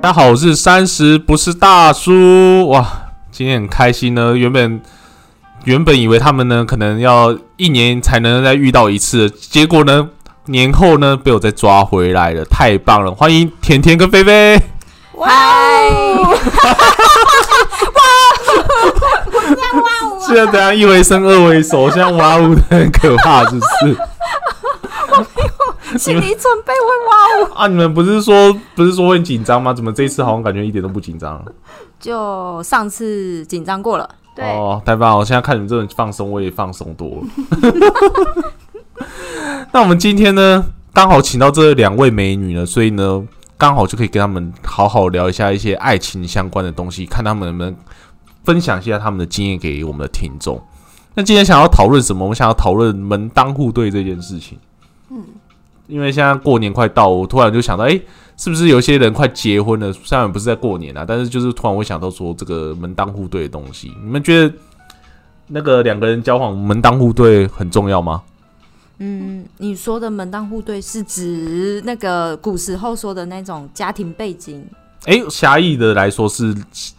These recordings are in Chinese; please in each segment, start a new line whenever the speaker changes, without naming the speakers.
大家好，我是三十不是大叔哇，今天很开心呢。原本原本以为他们呢可能要一年才能再遇到一次，结果呢年后呢被我再抓回来了，太棒了！欢迎甜甜跟菲菲。
嗨，
现在怎样一回生二回熟，现在哇呜的很可怕，是不是？
心理准备会哇哦，
啊，你们不是说不是说会紧张吗？怎么这一次好像感觉一点都不紧张了？
就上次紧张过了，
对，
哦，太棒了！我现在看你们这种放松，我也放松多了。 那我们今天呢，刚好请到这两位美女呢，所以呢，刚好就可以跟他们好好聊一下一些爱情相关的东西，看他们能不能分享一下他们的经验给我们的听众。那今天想要讨论什么？我们想要讨论门当户对这件事情。嗯，因为现在过年快到，我突然就想到，哎、是不是有些人快结婚了？虽然不是在过年啊，但是就是突然会想到说这个门当户对的东西。你们觉得那个两个人交往门当户对很重要吗？
嗯，你说的门当户对是指那个古时候说的那种家庭背景，
诶，狭义的来说是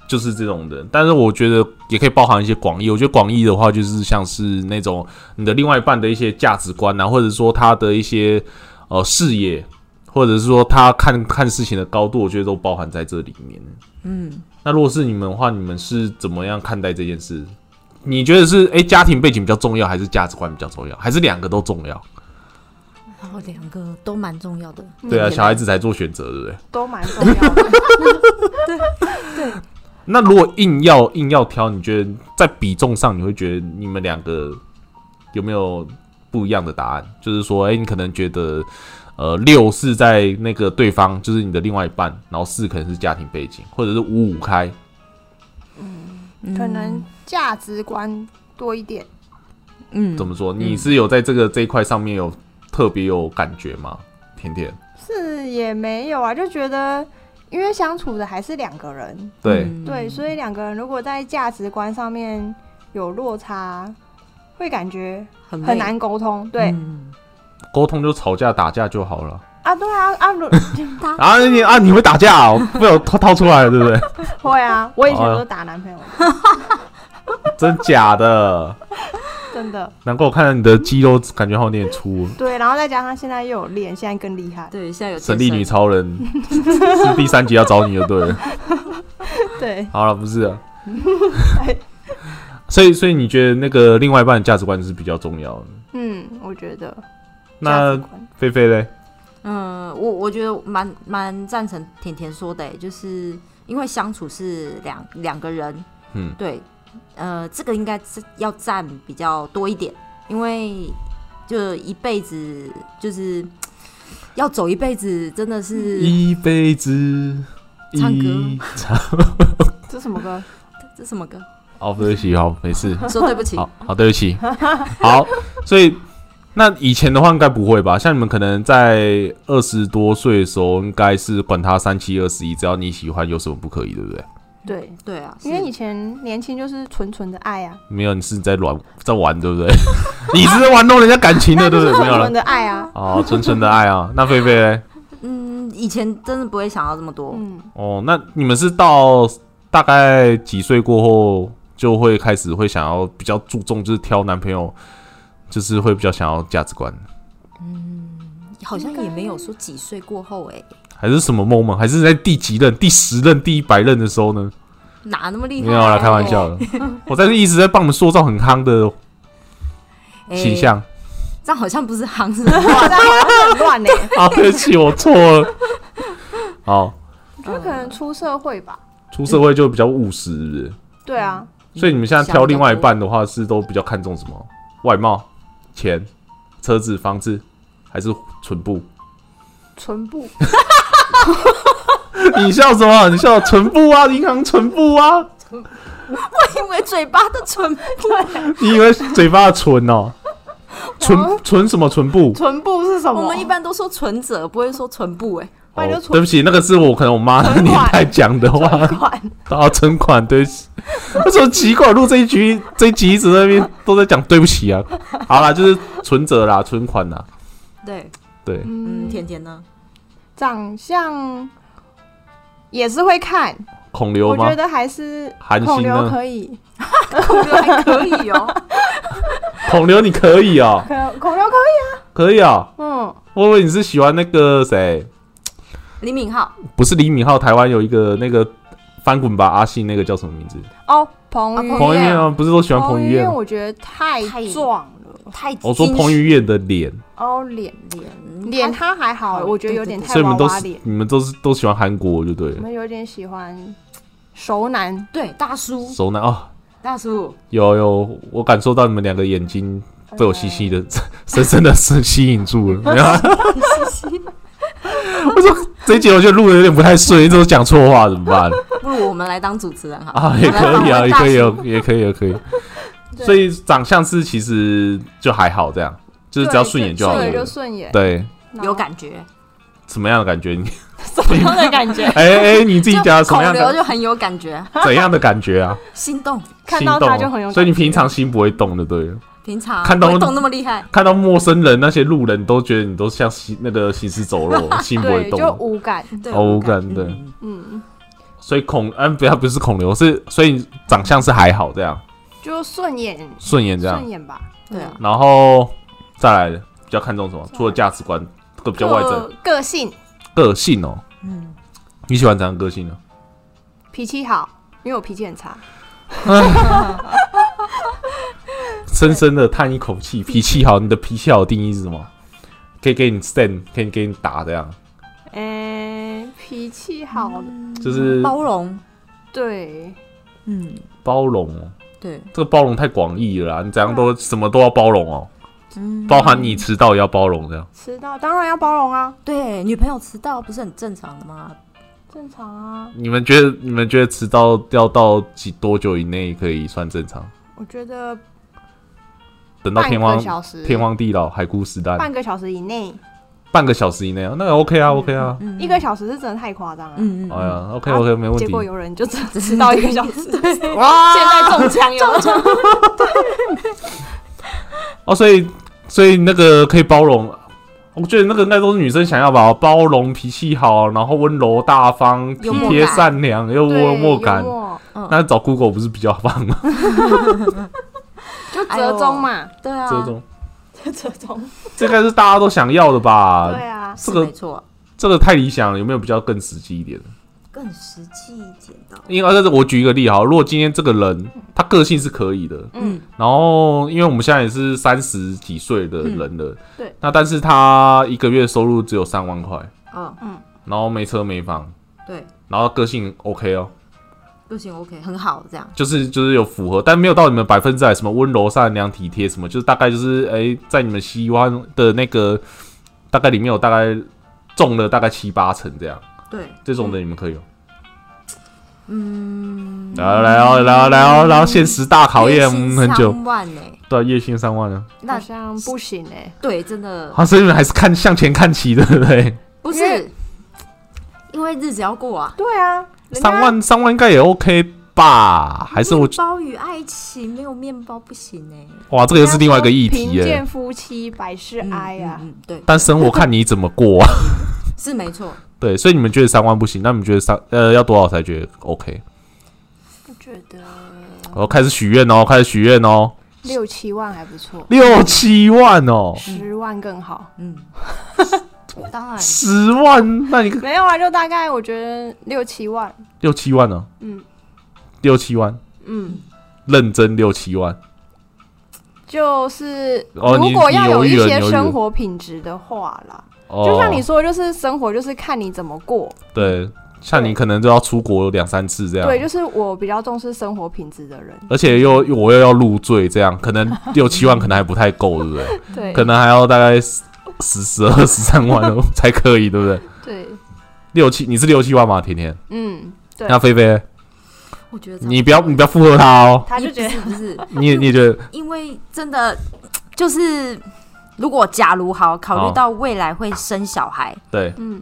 就是这种人，但是我觉得也可以包含一些广义。我觉得广义的话，就是像是那种你的另外一半的一些价值观啊，或者说他的一些呃视野，或者是说他看看事情的高度，我觉得都包含在这里面。
嗯，
那如果是你们的话，你们是怎么样看待这件事？你觉得是诶家庭背景比较重要，还是价值观比较重要，还是两个都重要？
然后哦两个都蛮重要的。
对啊，小孩子才做选择，对不对？
都蛮重要的。
那如果硬要硬要挑，你觉得在比重上，你会觉得你们两个有没有不一样的答案？就是说，哎、你可能觉得，呃，六是在那个对方，就是你的另外一半，然后四可能是家庭背景，或者是五五开，
嗯
可能价值观多一点，
嗯
怎么说？你是有在这个这一块上面有特别有感觉吗？甜甜，
是也没有啊，就觉得因为相处的还是两个人，
对，
嗯
对，所以两个人如果在价值观上面有落差，会感觉
很累
很难沟通。对、
嗯
沟通就吵架打架就好了。
啊，对啊啊，如
啊，你啊，你会打架、哦，被我掏掏出来了，对不对？
会啊，我以前
哦
都打男朋友，
真假的？
真的。
难怪我看到你的肌肉感觉好像有点粗。
对，然后再加上现在又有练，现在更厉 害。
对，现在有健
神力
身
女超 人是第三集要找你就对了。
对，
好了，不是 啊。所以，所以你觉得那个另外一半的价值观是比较重要的？
嗯，我觉得价
那
值观
菲菲嘞？
嗯，我我觉得蛮蛮赞成甜甜说的欸、就是因为相处是两两个人，
嗯，
对，呃，这个应该是要占比较多一点，因为就一辈子就是要走一辈子，真的是
一辈子
唱歌
一场。
这什么歌？
这什么歌？
哦，对不起，好，没事。
说对不起，
好好，对不起。好，所以那以前的话应该不会吧？像你们可能在二十多岁的时候，应该是管他三七二十一，只要你喜欢，有什么不可以，对不对？
对，
对啊，
因
是
为以前年轻就是纯纯的爱啊，
没有，你是在玩，在玩，对不 对？你是在玩弄人家感情的，对不对？没
纯
有了
纯。的爱啊。
哦，纯纯的爱啊。那菲菲嘞？
嗯，以前真的不会想到这么多，
嗯，
哦，那你们是到大概几岁过后就会开始会想要比较注重，就是挑男朋友，就是会比较想要价值观，
好像也没有说几岁过后哎、
还是什么 moment，还是在第几任、第十任、第一百任的时候呢？
哪那么厉害、啊
没有啦，开玩笑的。 我在一直在帮我们塑造很夯 的
欸，
形象。
这样好像不 是行 是
哇，这样好像很欸乱呢、
啊，对不起，我错了。好，
就可能出社会吧。
出社会就比较务实，是不是？
对啊，
所以你们现在挑另外一半的话，是都比较看重什么？外貌、钱、车子、房子，还是唇部？
唇部
你笑什么？你笑唇部啊，银行唇部啊？
因为嘴巴的 唇
你以为嘴巴的唇哦？唇
哦
唇什么唇部？
唇部是什么？
我们一般都说唇者，不会说唇部、欸。
不然就唇
哦对不起，那个是我可能我妈那年代讲的话
唇 款，
啊，存款对不起。为什么奇怪？录这一局这一集一直在那边都在讲对不起啊。好啦，就是存折啦，存款啦，
对，
对，
嗯，
嗯，
甜甜呢？
长相也是会看，
孔刘
我
吗
觉？得还是
韩
孔
星
刘
呢？
可以，
孔刘还可以哦，
孔刘你可以哦，
可孔刘可以，
可以哦。
嗯，
我以为你是喜欢那个谁，
李敏镐
不是李敏镐，台湾有一个那个翻滚吧阿信，那个叫什么名字？
哦，彭于
啊
彭于
晏
晏啊，不是都喜欢
彭
彭于
于
晏
晏
吗？
我觉得太
太
壮了，
太
我说
矜
彭
持
于晏的脸，
哦脸
脸
脸
他
他还好，
哦
我觉得
对
有
对
点
对
太
所以你
娃
们都
娃
是
脸，
你们都是都喜欢韩国就对
我
了。
们有点喜欢熟男，
对大叔
熟男哦，
大 叔，
有有，我感受到你们两个眼睛被我细细的、 深深的是吸引住了。没有啊我说这一集我觉得录的有点不太顺，一直都讲错话，怎么办？
不如我们来当主持人好了
啊，也可以啊，也可以，
我
有，也可以，也可以。
对
所以长相是其实就还好，这样就是只要顺眼就好
对，就
了。
顺眼，
对，
们来当有感觉，
什么样的感觉？你？
什么样的感觉
哎哎， 你自己讲
就
什么
孔
样
刘
的
就很有感觉，
怎样的感觉啊？
心动。
看到
心动
他
哦
就很有感觉
所以你平常心不会动的，对了。
平常
看到
不会动那么厉害，
看到陌生人那些路人都觉得你都像行那个行尸走 肉，心不会
对，
动。
就无感，
对，
哦
我
无感对
嗯
嗯，
所以孔，嗯、不要不是孔刘，是所以长相是还好这样，
就顺眼，
顺眼这样
顺。眼吧，
对啊，
然后再来的比较看重什么？除了价值观，这个比较外在
个个性，
个性哦。
嗯，
你喜欢怎样的个性呢？
脾气好，因为我脾气很差，
深深的叹一口气，脾气好，你的脾气好的定义是什么？可以给你 stand，可以给你打这样，
嗯，脾气好，
就是
嗯包容，
对，
嗯，
包容哦。
对，
这个包容太广义了啦，你怎样都什么都要包容哦，
啊嗯，
包含你迟到也要包容这样。
迟到当然要包容啊，
对，女朋友迟到不是很正常的吗？
正常啊，
你们觉得你们觉得迟到要到几多久以内可以算正常？
我觉得
等到
半
天
个
荒
小时，
天荒地老、海枯石烂，
半个小时以内，
半个小时以内啊，那个 OK 啊，OK 啊，
嗯
一个，小时是真的太夸张了。
嗯嗯，
哎呀，OK
啊
OK 没问
结
题。
果有人就只
只
迟到一个 小 时，
哇，现在中枪有中枪，
哦，所以所以那个可以包容，我觉得那个应该都是女生想要吧，包容、脾气好，然后温柔大方、体
幽默
贴
感
善良，又
对
幽默感
幽。默
那找 Google 不是比较棒吗？
就折中嘛，
对啊，
这种
折中，
这应该是大家都想要的吧？
对啊，
这
是
个
没错，
这个太理想了，有没有比较更实际一点的？
更实际一点的，
因为啊但是我举一个例哈，如果今天这个人他个性是可以的，
嗯，
然后，因为我们现在也是三十几岁的人了，
对，
那但是他一个月收入只有三万块，
嗯，
然后没车没房，
对，
然后个性 OK 哦，
个性 OK，很好，这样，
就是就是有符合，但没有到你们百分之百什么温柔善良体贴什么，就是大概就是哎、在你们希望的那个大概里面有大概中了大概七八成这样，
对，
这种的你们可以哦。嗯，来哦来哦来哦来哦，然后现实大考验
月
嗯
薪
很久，
三万呢，
对啊，月薪三万啊，
好
那
像不行哎，
对，真的
啊，所以你们还是看向前看齐的，对不对？
不
因
是
为，
因为日子要过啊，
对啊，人家
三万三万应该也 OK 吧？还是我
面包与爱情没有面包不行欸呢，
哇，这个又是另外一个议题
贫
耶、
贱夫妻百事哀啊
嗯，嗯，嗯对，
但生活看你怎么过、啊，
是没错，
对，所以你们觉得三万不行，那你们觉得三呃要多少才觉得 OK？
我觉得
我开始许愿哦，开始许愿哦，
六七万还不错，
六七万哦，
十万更好。
嗯， 当然
十万，那你
没有啊，就大概我觉得六七万，
六七万哦，
嗯
六七万，
嗯，
认真六七万，
就是
哦
如
你
果要有
你
一
犹豫了
些
你犹豫了
生活品质的话啦，
哦，
就像你说，就是生活就是看你怎么过。
对，像你可能就要出国两三次这样，
对，就是我比较重视生活品质的人，
而且又又我又要入赘这样，可能六七万可能还不太够，对不对？
对
可能还要大概十十二十三万哦 才可以，对不对？
对，
六七，你是六七万吗？甜甜，
嗯，对
那菲菲，
我觉得这样
你不要你不要附和他哦，
他
你
就觉得
不是不是，
你也你也觉得
因为真的就是，如果假如好考
好
虑到未来会生小孩，
对
嗯，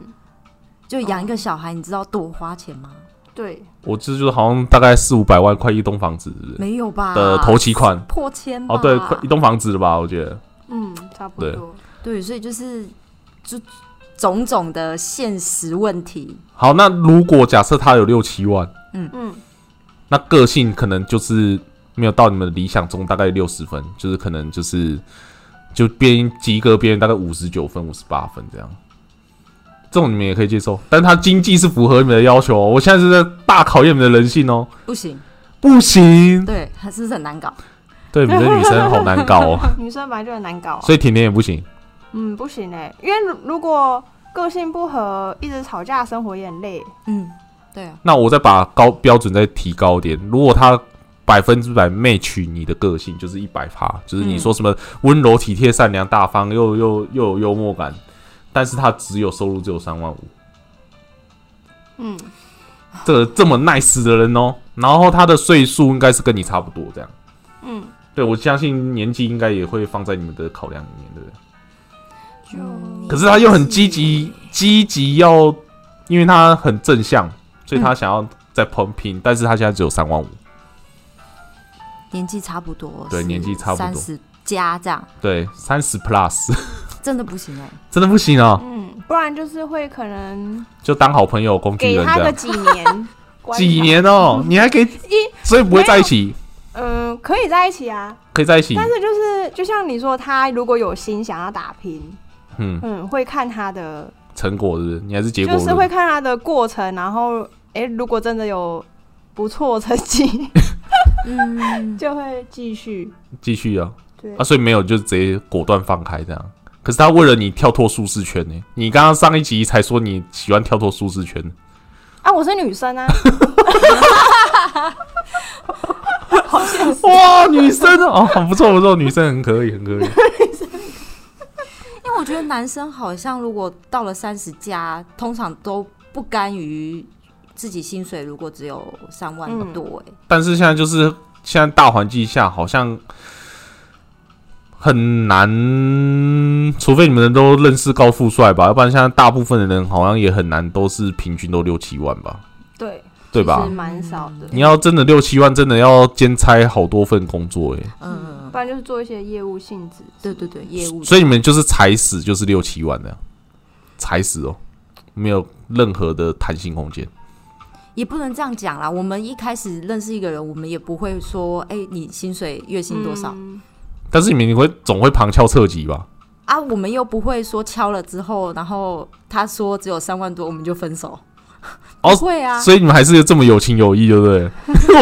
就养一
哦
个小孩，你知道多花钱吗？
对，
我这就是好像大概四五百万，快一栋房子是不是
没有吧？
的头期款。
破千吧
哦，对，快一栋房子了吧？我觉得
嗯，差不
对
多，
对，所以就是就种种的现实问题。
好，那如果假设他有六七万，
嗯，
那个性可能就是没有到你们理想中大概六十分，就是可能就是就边及格边大概五十九分、五十八分这样。这种你们也可以接受，但他经济是符合你们的要求、哦。我现在是在大考验你们的人性哦，
不行，
不行。
对，还是不是很难搞？
对，你们这女生好难搞哦，
女生本来就很难搞啊、
所以甜甜也不行。
嗯，不行哎、因为如如果个性不合，一直吵架，生活也很累。
嗯，对啊，
那我再把高标准再提高一点，如果他百分之百 match 你的个性，就是一百趴，就是你说什么温柔、体贴、善良、大方，又又又有幽默感，但是他只有收入只有三万五，
嗯，
这个这么 nice 的人哦，然后他的岁数应该是跟你差不多这样，
嗯，
对我相信年纪应该也会放在你们的考量里面，对不对？
就
嗯
可是他又很积极，积极要，因为他很正向，所以他想要再攀拼，但是他现在只有三万五。
年纪差不多，
对年纪差不多
三十加这样，
对，三十 plus
真的不行哎、
真的不行啊！
嗯，不然就是会可能
就当好朋友、工具
给
人
他
这样。
个几 年观察，
几年哦，你还可以，所以不会在一起，
嗯、可以在一起啊。
可以在一起
但。是就是就像你说，他如果有心想要打拼，
嗯，
嗯，会看他的，
成果是不是？你还是结果
就
论
是会看他的过程，然后哎、诶如果真的有不错成绩，
嗯，
就会继续。
继续啊
对
啊！所以没有就直接果断放开这样。可是他为了你跳脱舒适圈呢、你刚刚上一集才说你喜欢跳脱舒适圈，
啊，我是女生啊， 好现实。
哇，女生哦， 不错不错，女生很可以很可以。
因为我觉得男生好像如果到了三十加，通常都不甘于自己薪水如果只有三万
嗯
多哎、
但是现在就是现在大环境下，好像很难，除非你们都认识高富帅吧，要不然现在大部分的人好像也很难都是平均都六七万吧，
对，
对
其
吧
实？蛮少的。
嗯
你要真的六七万，真的要兼差好多份工作欸诶、
嗯
不，然就是做一些业务性质，
对对对，业务
所以你们就是踩死就是六七万的，踩死哦，没有任何的弹性空间。
也不能这样讲啦。我们一开始认识一个人，我们也不会说，哎、你薪水月薪多少、
嗯
但是你们你会总会旁敲侧击吧？
啊？我们又不会说敲了之后，然后他说只有三万多，我们就分手。
哦
不会啊，
所以你们还是这么有情有义，对不对？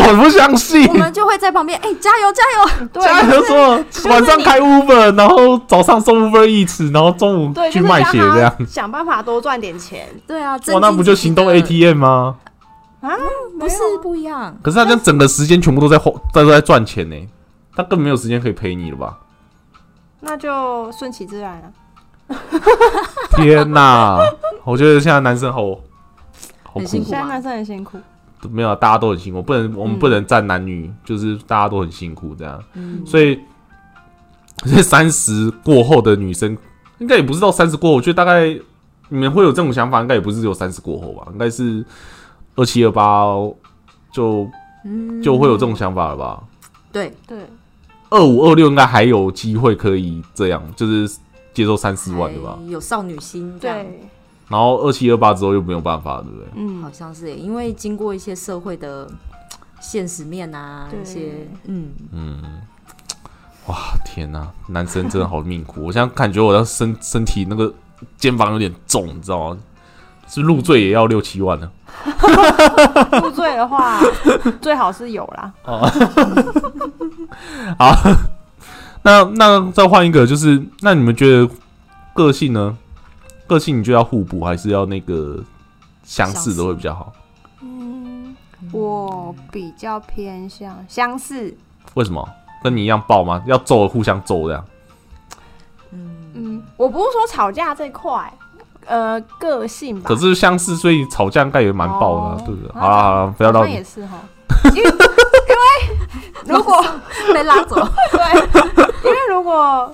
我不相信。
我们就会在旁边，哎、加油加油！
对，啊
加油说晚上开 Uber，然后早上送 Uber 一次，然后中午
对，
去
就是
卖
让
血
他
这样。
想办法多赚点钱
对啊，
哇，
增
那
进
不就
自己
行动
的
ATM 吗？
啊？
不是
没有
不一样。
可是他这样整个时间全部都在花，都在赚钱呢、他根本没有时间可以陪你了 吧？
那就顺其自然啊。
天哪！我觉得现在男生好好
很辛
苦，
苦
现
啊
在男生很辛苦，
没有，啊大家都很辛苦，不能我们
嗯
不能站男女，就是大家都很辛苦这样。
嗯，
所以，这三十过后的女生，应该也不是到三十过后，我觉得大概你们会有这种想法，应该也不是只有三十过后吧，应该是二七二八就
嗯
就会有这种想法了吧。
对，
对，
二五二六应该还有机会可以这样，就是接受三四万对吧？
还有少女心，这样
对，
然后二七二八之后又没有办法，对不对？
好
嗯，
像是耶因为经过一些社会的嘖现实面啊，
对
一些嗯，
哇，啊天哪、男生真的好命苦！我现在感觉我的身身体那个肩膀有点重，你知道吗？是入赘也要六七万呢、啊
宿醉的 话最好是有啦。
那那再换一个，就是那你们觉得个性呢？个性你就要互补，还是要那个相似的会比较好？
嗯，我比较偏向相似，
为什么？跟你一样爆吗？要揍互相揍这样？
嗯，我不是说吵架这块，呃，个性吧。
可是相似，所以吵架应该也蛮爆的啊、
哦
对不对？
那
好啦好啦，不要
好
让
像也是哈，因为因为如果
被拉走，
对，因为如果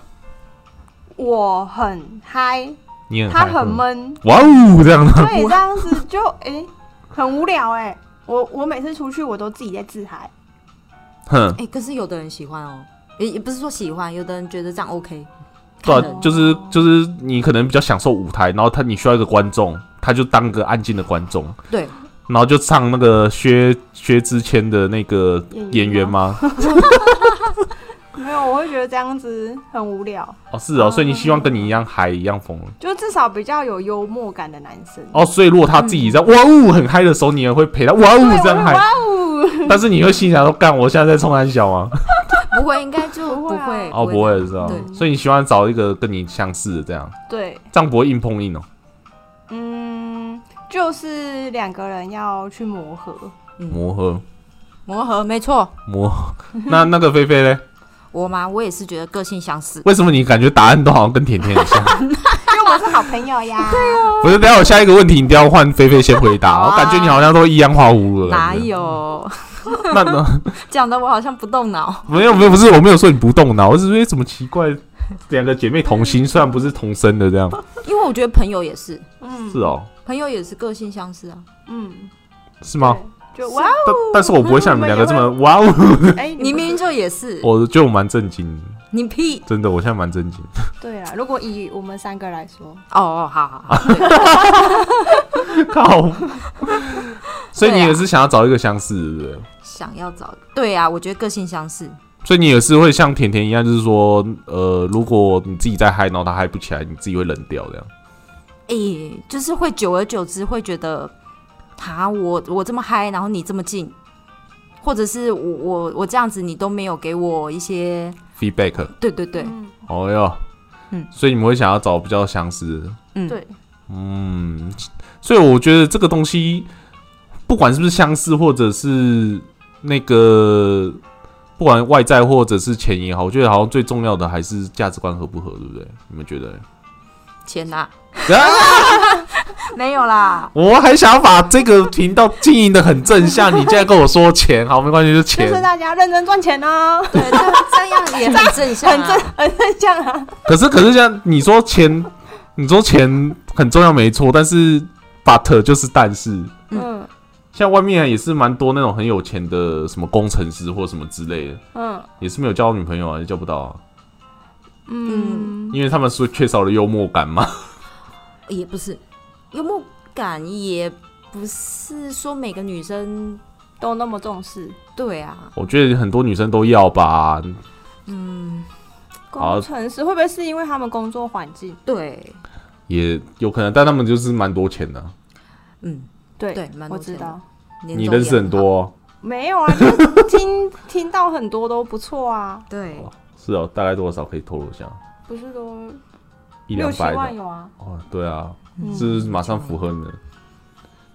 我很嗨，
你很
他
嗨嗯
很。闷，
哇哦，这样 的，
对，这样子就哎、诶很无聊哎、我我每次出去我都自己在自嗨，
哼，
哎，可是有的人喜欢哦，也也不是说喜欢，有的人觉得这样 OK，
对、啊
看人，
就是就是你可能比较享受舞台，然后他你需要一个观众，他就当个安静的观众，
对，
然后就唱那个薛薛之谦的那个演员吗？
没有，我会觉得这样子很无聊，
哦，是哦，所以你希望跟你一样嗨一样疯
就至少比较有幽默感的男生。
哦，所以如果他自己在哇呜很嗨的时候，你也会陪他哇呜
对，我
这
会
样嗨，
哇哦，
但是你会心想说干，我现在在冲安小吗？
不会，应该就不
不会啊
会，
哦，不会是吧？
对
所以你喜欢找一个跟你相似的这样，
对，
这样不会硬碰硬哦。
嗯，就是两个人要去磨合。
磨合
磨合，没错。
磨，那那个菲菲嘞？
我嘛，我也是觉得个性相似。
为什么你感觉答案都好像跟甜甜很像？
因为我们是好朋友呀。对啊，
不 是，等一哦下我下一个问题，你都要换菲菲先回答。
好啊
我感觉你好像都一样画葫芦了。
哪有
那那
讲的我好像不动脑？
没有没有不是，我没有说你不动脑，我只是说怎么奇怪，两个姐妹同心，虽然不是同生的这 样。
因为我觉得朋友也是，
嗯
是哦，
朋友也是个性相似啊。
嗯，
是吗？
对就哇哦，
但但是我不会像你们两个这
嗯
么哇哦，
哎，
你
不
明明就也是，
我觉得我蛮震惊的，
你屁！
真的，我现在蛮 震惊。
对啦。如果以我们三个来说，
哦哦，好好好，
靠！所以你
对啊
也是想要找一个相似的，
想要找对啊，我觉得个性相似，
所以你也是会像甜甜一样，就是说，呃，如果你自己在嗨，然后他嗨不起来，你自己会冷掉这样。
诶、就是会久而久之会觉得，哈，我我这么嗨，然后你这么近，或者是我我我这样子，你都没有给我一些，
feedback，
对对对，
嗯
哦哟，
嗯
所以你们会想要找比较相似的，
嗯，
对，
嗯，所以我觉得这个东西，不管是不是相似，或者是那个，不管外在或者是前也好，我觉得好像最重要的还是价值观合不合，对不对？你们觉得？
钱呐、
啊、
没有 啦，
我还想把这个频道经营的很正向，你现在跟我说钱，好，没关系，就
就
钱
是。大家认真赚钱哦，
对，这这样也 很正向、
很
啊，
正很正向啊。
可是，可是像你说钱，你说钱很重要，没错，但是 but 就是但是，
嗯
像外面也是蛮多那种很有钱的什么工程师或什么之类的，
嗯
也是没有交到女朋友啊，也交不到啊，
嗯，
因为他们说缺少了幽默感嘛。
也不是幽默感，也不是说每个女生
都那么重视。
对啊，
我觉得很多女生都要吧，
嗯，
好
工程师会不会是因为他们工作环境？
对，
也有可能，但他们就是蛮多钱的，啊
嗯，
对
对蛮多
我知
钱的
道。
年
你
终
认
也
识很
好，
多哦，
没有啊，就是听 听到很多都不错啊，
对，
是哦，大概多少可以透露一下？
不是都
一
六
两
七
百
万
的
有啊？
哦，对啊，
嗯
是不是马上符合你的。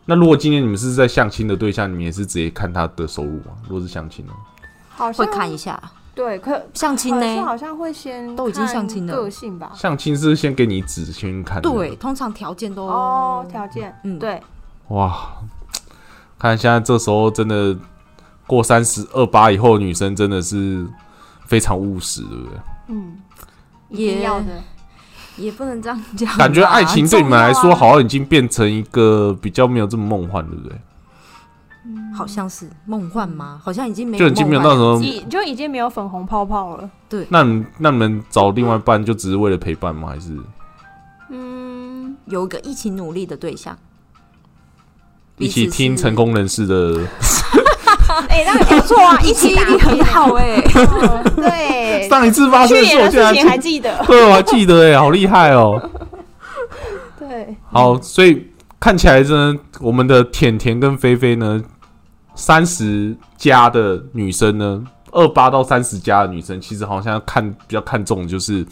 那如果今天你们是在相亲的对象，你们也是直接看他的收入吗？如果是相亲呢？
好像
会看一下
对，可
相亲
可
呢，
是好像会先
都已经相亲了
看个性吧？
相亲是先给你纸先看，
对，，通常条件都
哦，条件，
嗯
对，
哇，看现在这时候真的过三十二八以后，女生真的是非常务实，对不对？
嗯，一定
也
要的，
也不能这样讲吧，啊
感觉爱情对你们来
重
说
要啊
好像已经变成一个比较没有这么梦幻，对不对？
好像是梦幻吗？好像已经没有
就已经没有那
梦幻
什
了
么。
已就已经没有粉红泡泡了。
那你那你们找另外一半就只是为了陪伴吗？还是
嗯，
有一个一起努力的对象，
一起
彼此
听
是
成功人士的？，
哎，那也不 错 啊，一
一起
起
力
打
很 好哎、
哦对
上一次发生
去
的事，
年
我
的
竟然
事情还
记，，
记得
对，我还记得哎，好厉害哦！
对，
好，所以看起来真的，我们的甜甜跟菲菲呢，三十加的女生呢，二八到三十加的女生，其实好像看比较看重的就是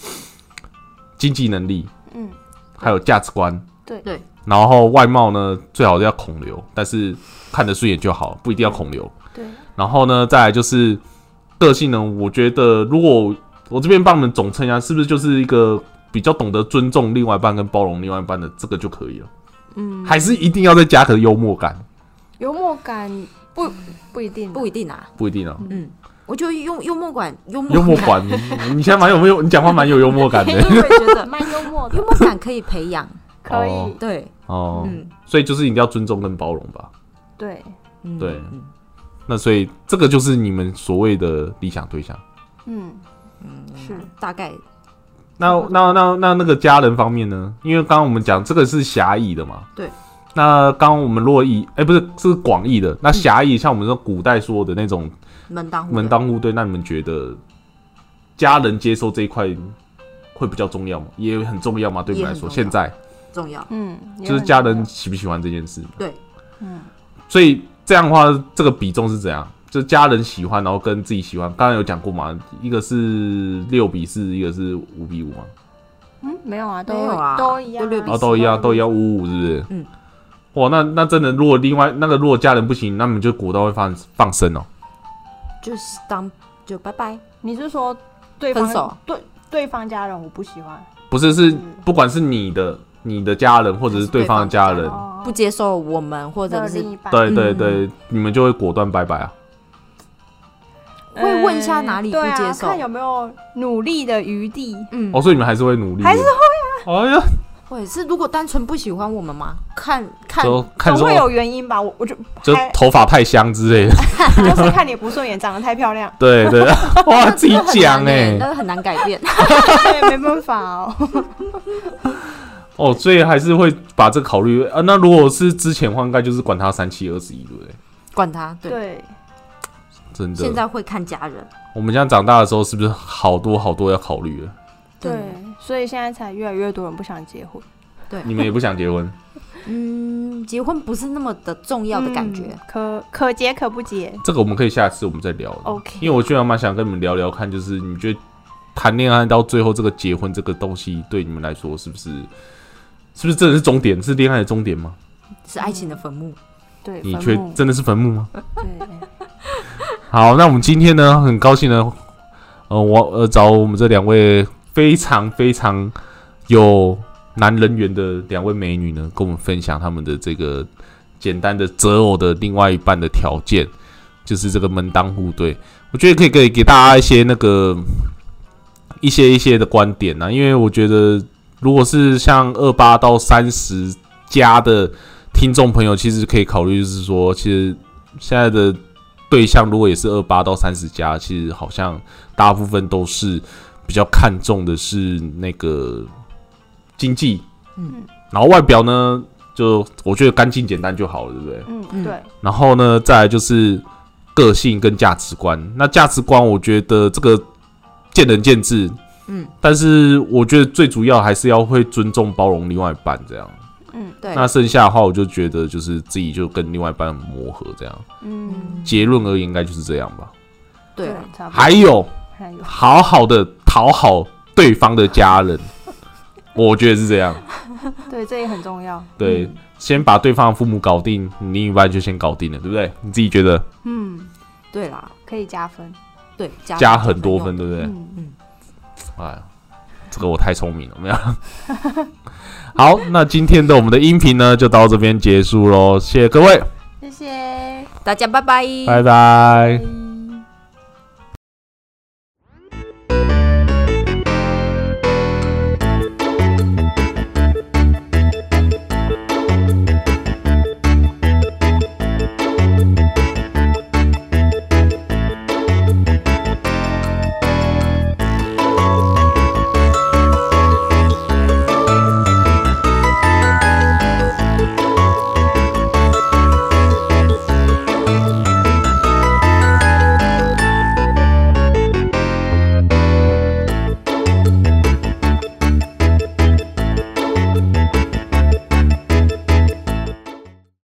经济能力，
嗯，
还有价值观，
对
对，
然后外貌呢，最好要孔流，但是看得顺眼就好，不一定要孔流。
对，
然后呢，再来就是个性呢，我觉得如果我这边帮你们总称一下，是不是就是一个比较懂得尊重另外一半跟包容另外一半的这个就可以了。
嗯，
还是一定要再加个幽默感，
幽默感不不一定，
不一定啊。
不一定啊。
嗯，我觉得幽幽默感，幽默
幽默感，你你现在蛮有没有？你讲话蛮有幽默感
因
的
为我觉得
蛮幽默
幽
的，
默感可以培养，
可
哦
以，
对，
哦。
嗯，
所以就是一定要尊重跟包容吧。
对，
嗯
对
嗯
那所以这个就是你们所谓的理想对象。
嗯，是
大概
那那那那那个家人方面呢？因为刚刚我们讲这个是狭义的嘛，
对。
那刚刚我们若以，哎、不是，这是广义的。
嗯
那狭义、像我们说古代说的那种
门当户
门
对
当户对，那你们觉得家人接受这一块会比较重要吗？也很重要吗？对你们来说，
也很重要
现在
重要，
嗯，也
就是
很
家
重
人
要
喜不喜欢这件事？
对，
嗯，
所以这样的话，这个比重是怎样？就家人喜欢，然后跟自己喜欢。刚刚有讲过嘛，一个是六比四，一个是五比五嘛，
嗯，没有啊，都
没有啊
都一样
都六
啊，
然
比
后
四
哦都一样，都一样五五，是不是？
嗯。
哇，那那真的，如果另外那个如果家人不行，那么就果断会放放生哦。
就是当就拜拜，
你是说对
分
方
手
对对方家人我不喜欢，
不是，是
嗯
不管是你的你的家人，或者是对方的家人，
哦
不接受我们或者
那
是
另一半
对
嗯
对对，你们就会果断拜拜啊。
会问一下哪里不
对啊
接受
看有没有努力的余地。
嗯
哦，，所以你们还是会努力，
还是
会啊。哎呀，
或者是如果单纯不喜欢我们吗？看看
就哎看
总
说
会有哎原因吧，我我就
就
还
头发太香之类的，
啊
就是看你不顺眼，长得太 漂亮，
对对，哇，哦自己
那很
讲
难欸
哎、
那很难改变。
对，没办法哦。
哦，所以还是会把这考虑啊。那如果是之前的话，应该就是管他三七二十一，对不对？
管他， 对，
对，
真的，
现在会看家人，
我们现在长大的时候，是不是好多好多要考虑了？
真的
对，所以现在才越来越多人不想结婚，
你们也不想结婚，
嗯，结婚不是那么的重要的感觉
嗯，可可结可不结。
这个我们可以下次我们再聊的。
OK
因为我居然蛮想跟你们聊聊看，就是你觉得谈恋爱到最后这个结婚这个东西，对你们来说是不是？是不是真的是终点？是恋爱的终点吗？
是爱情的坟墓。
对，
你
坟
确
墓
真的是坟墓吗？
对，
好，那我们今天呢，很高兴呢，呃，我呃找我们这两位非常非常有男人缘的两位美女呢，跟我们分享他们的这个简单的择偶的另外一半的条件，就是这个门当户对。我觉得可以可以给大家一些那个一些一些的观点呢、啊因为我觉得如果是像二八到三十加的听众朋友，其实可以考虑就是说，其实现在的对象如果也是二八到三十加，其实好像大部分都是比较看重的是那个经济，
嗯，
然后外表呢，就我觉得干净简单就好了，对不对？
嗯
嗯，对，
然后呢，再来就是个性跟价值观。那价值观，我觉得这个见仁见智，
嗯，
但是我觉得最主要还是要会尊重包容另外一半这样。
嗯
对，
那剩下的话，我就觉得就是自己就跟另外一半磨合这样。
嗯，
结论而言，应该就是这样吧。
对啊，
差不多
还有，
还有，
好好的讨好对方的家 人，我觉得是这样。
对，这也很重要。
对，
嗯
先把对方的父母搞定，你另一半就先搞定了，对不对？你自己觉得
嗯，
对啦，
可以加分。
对，加
加很多分，，对不对？
嗯，
哎呀，这个我太聪明了，没有。 好，那今天的我们的音频呢，就到这边结束喽，谢谢各位，
谢谢。
大家拜拜，
拜拜。
拜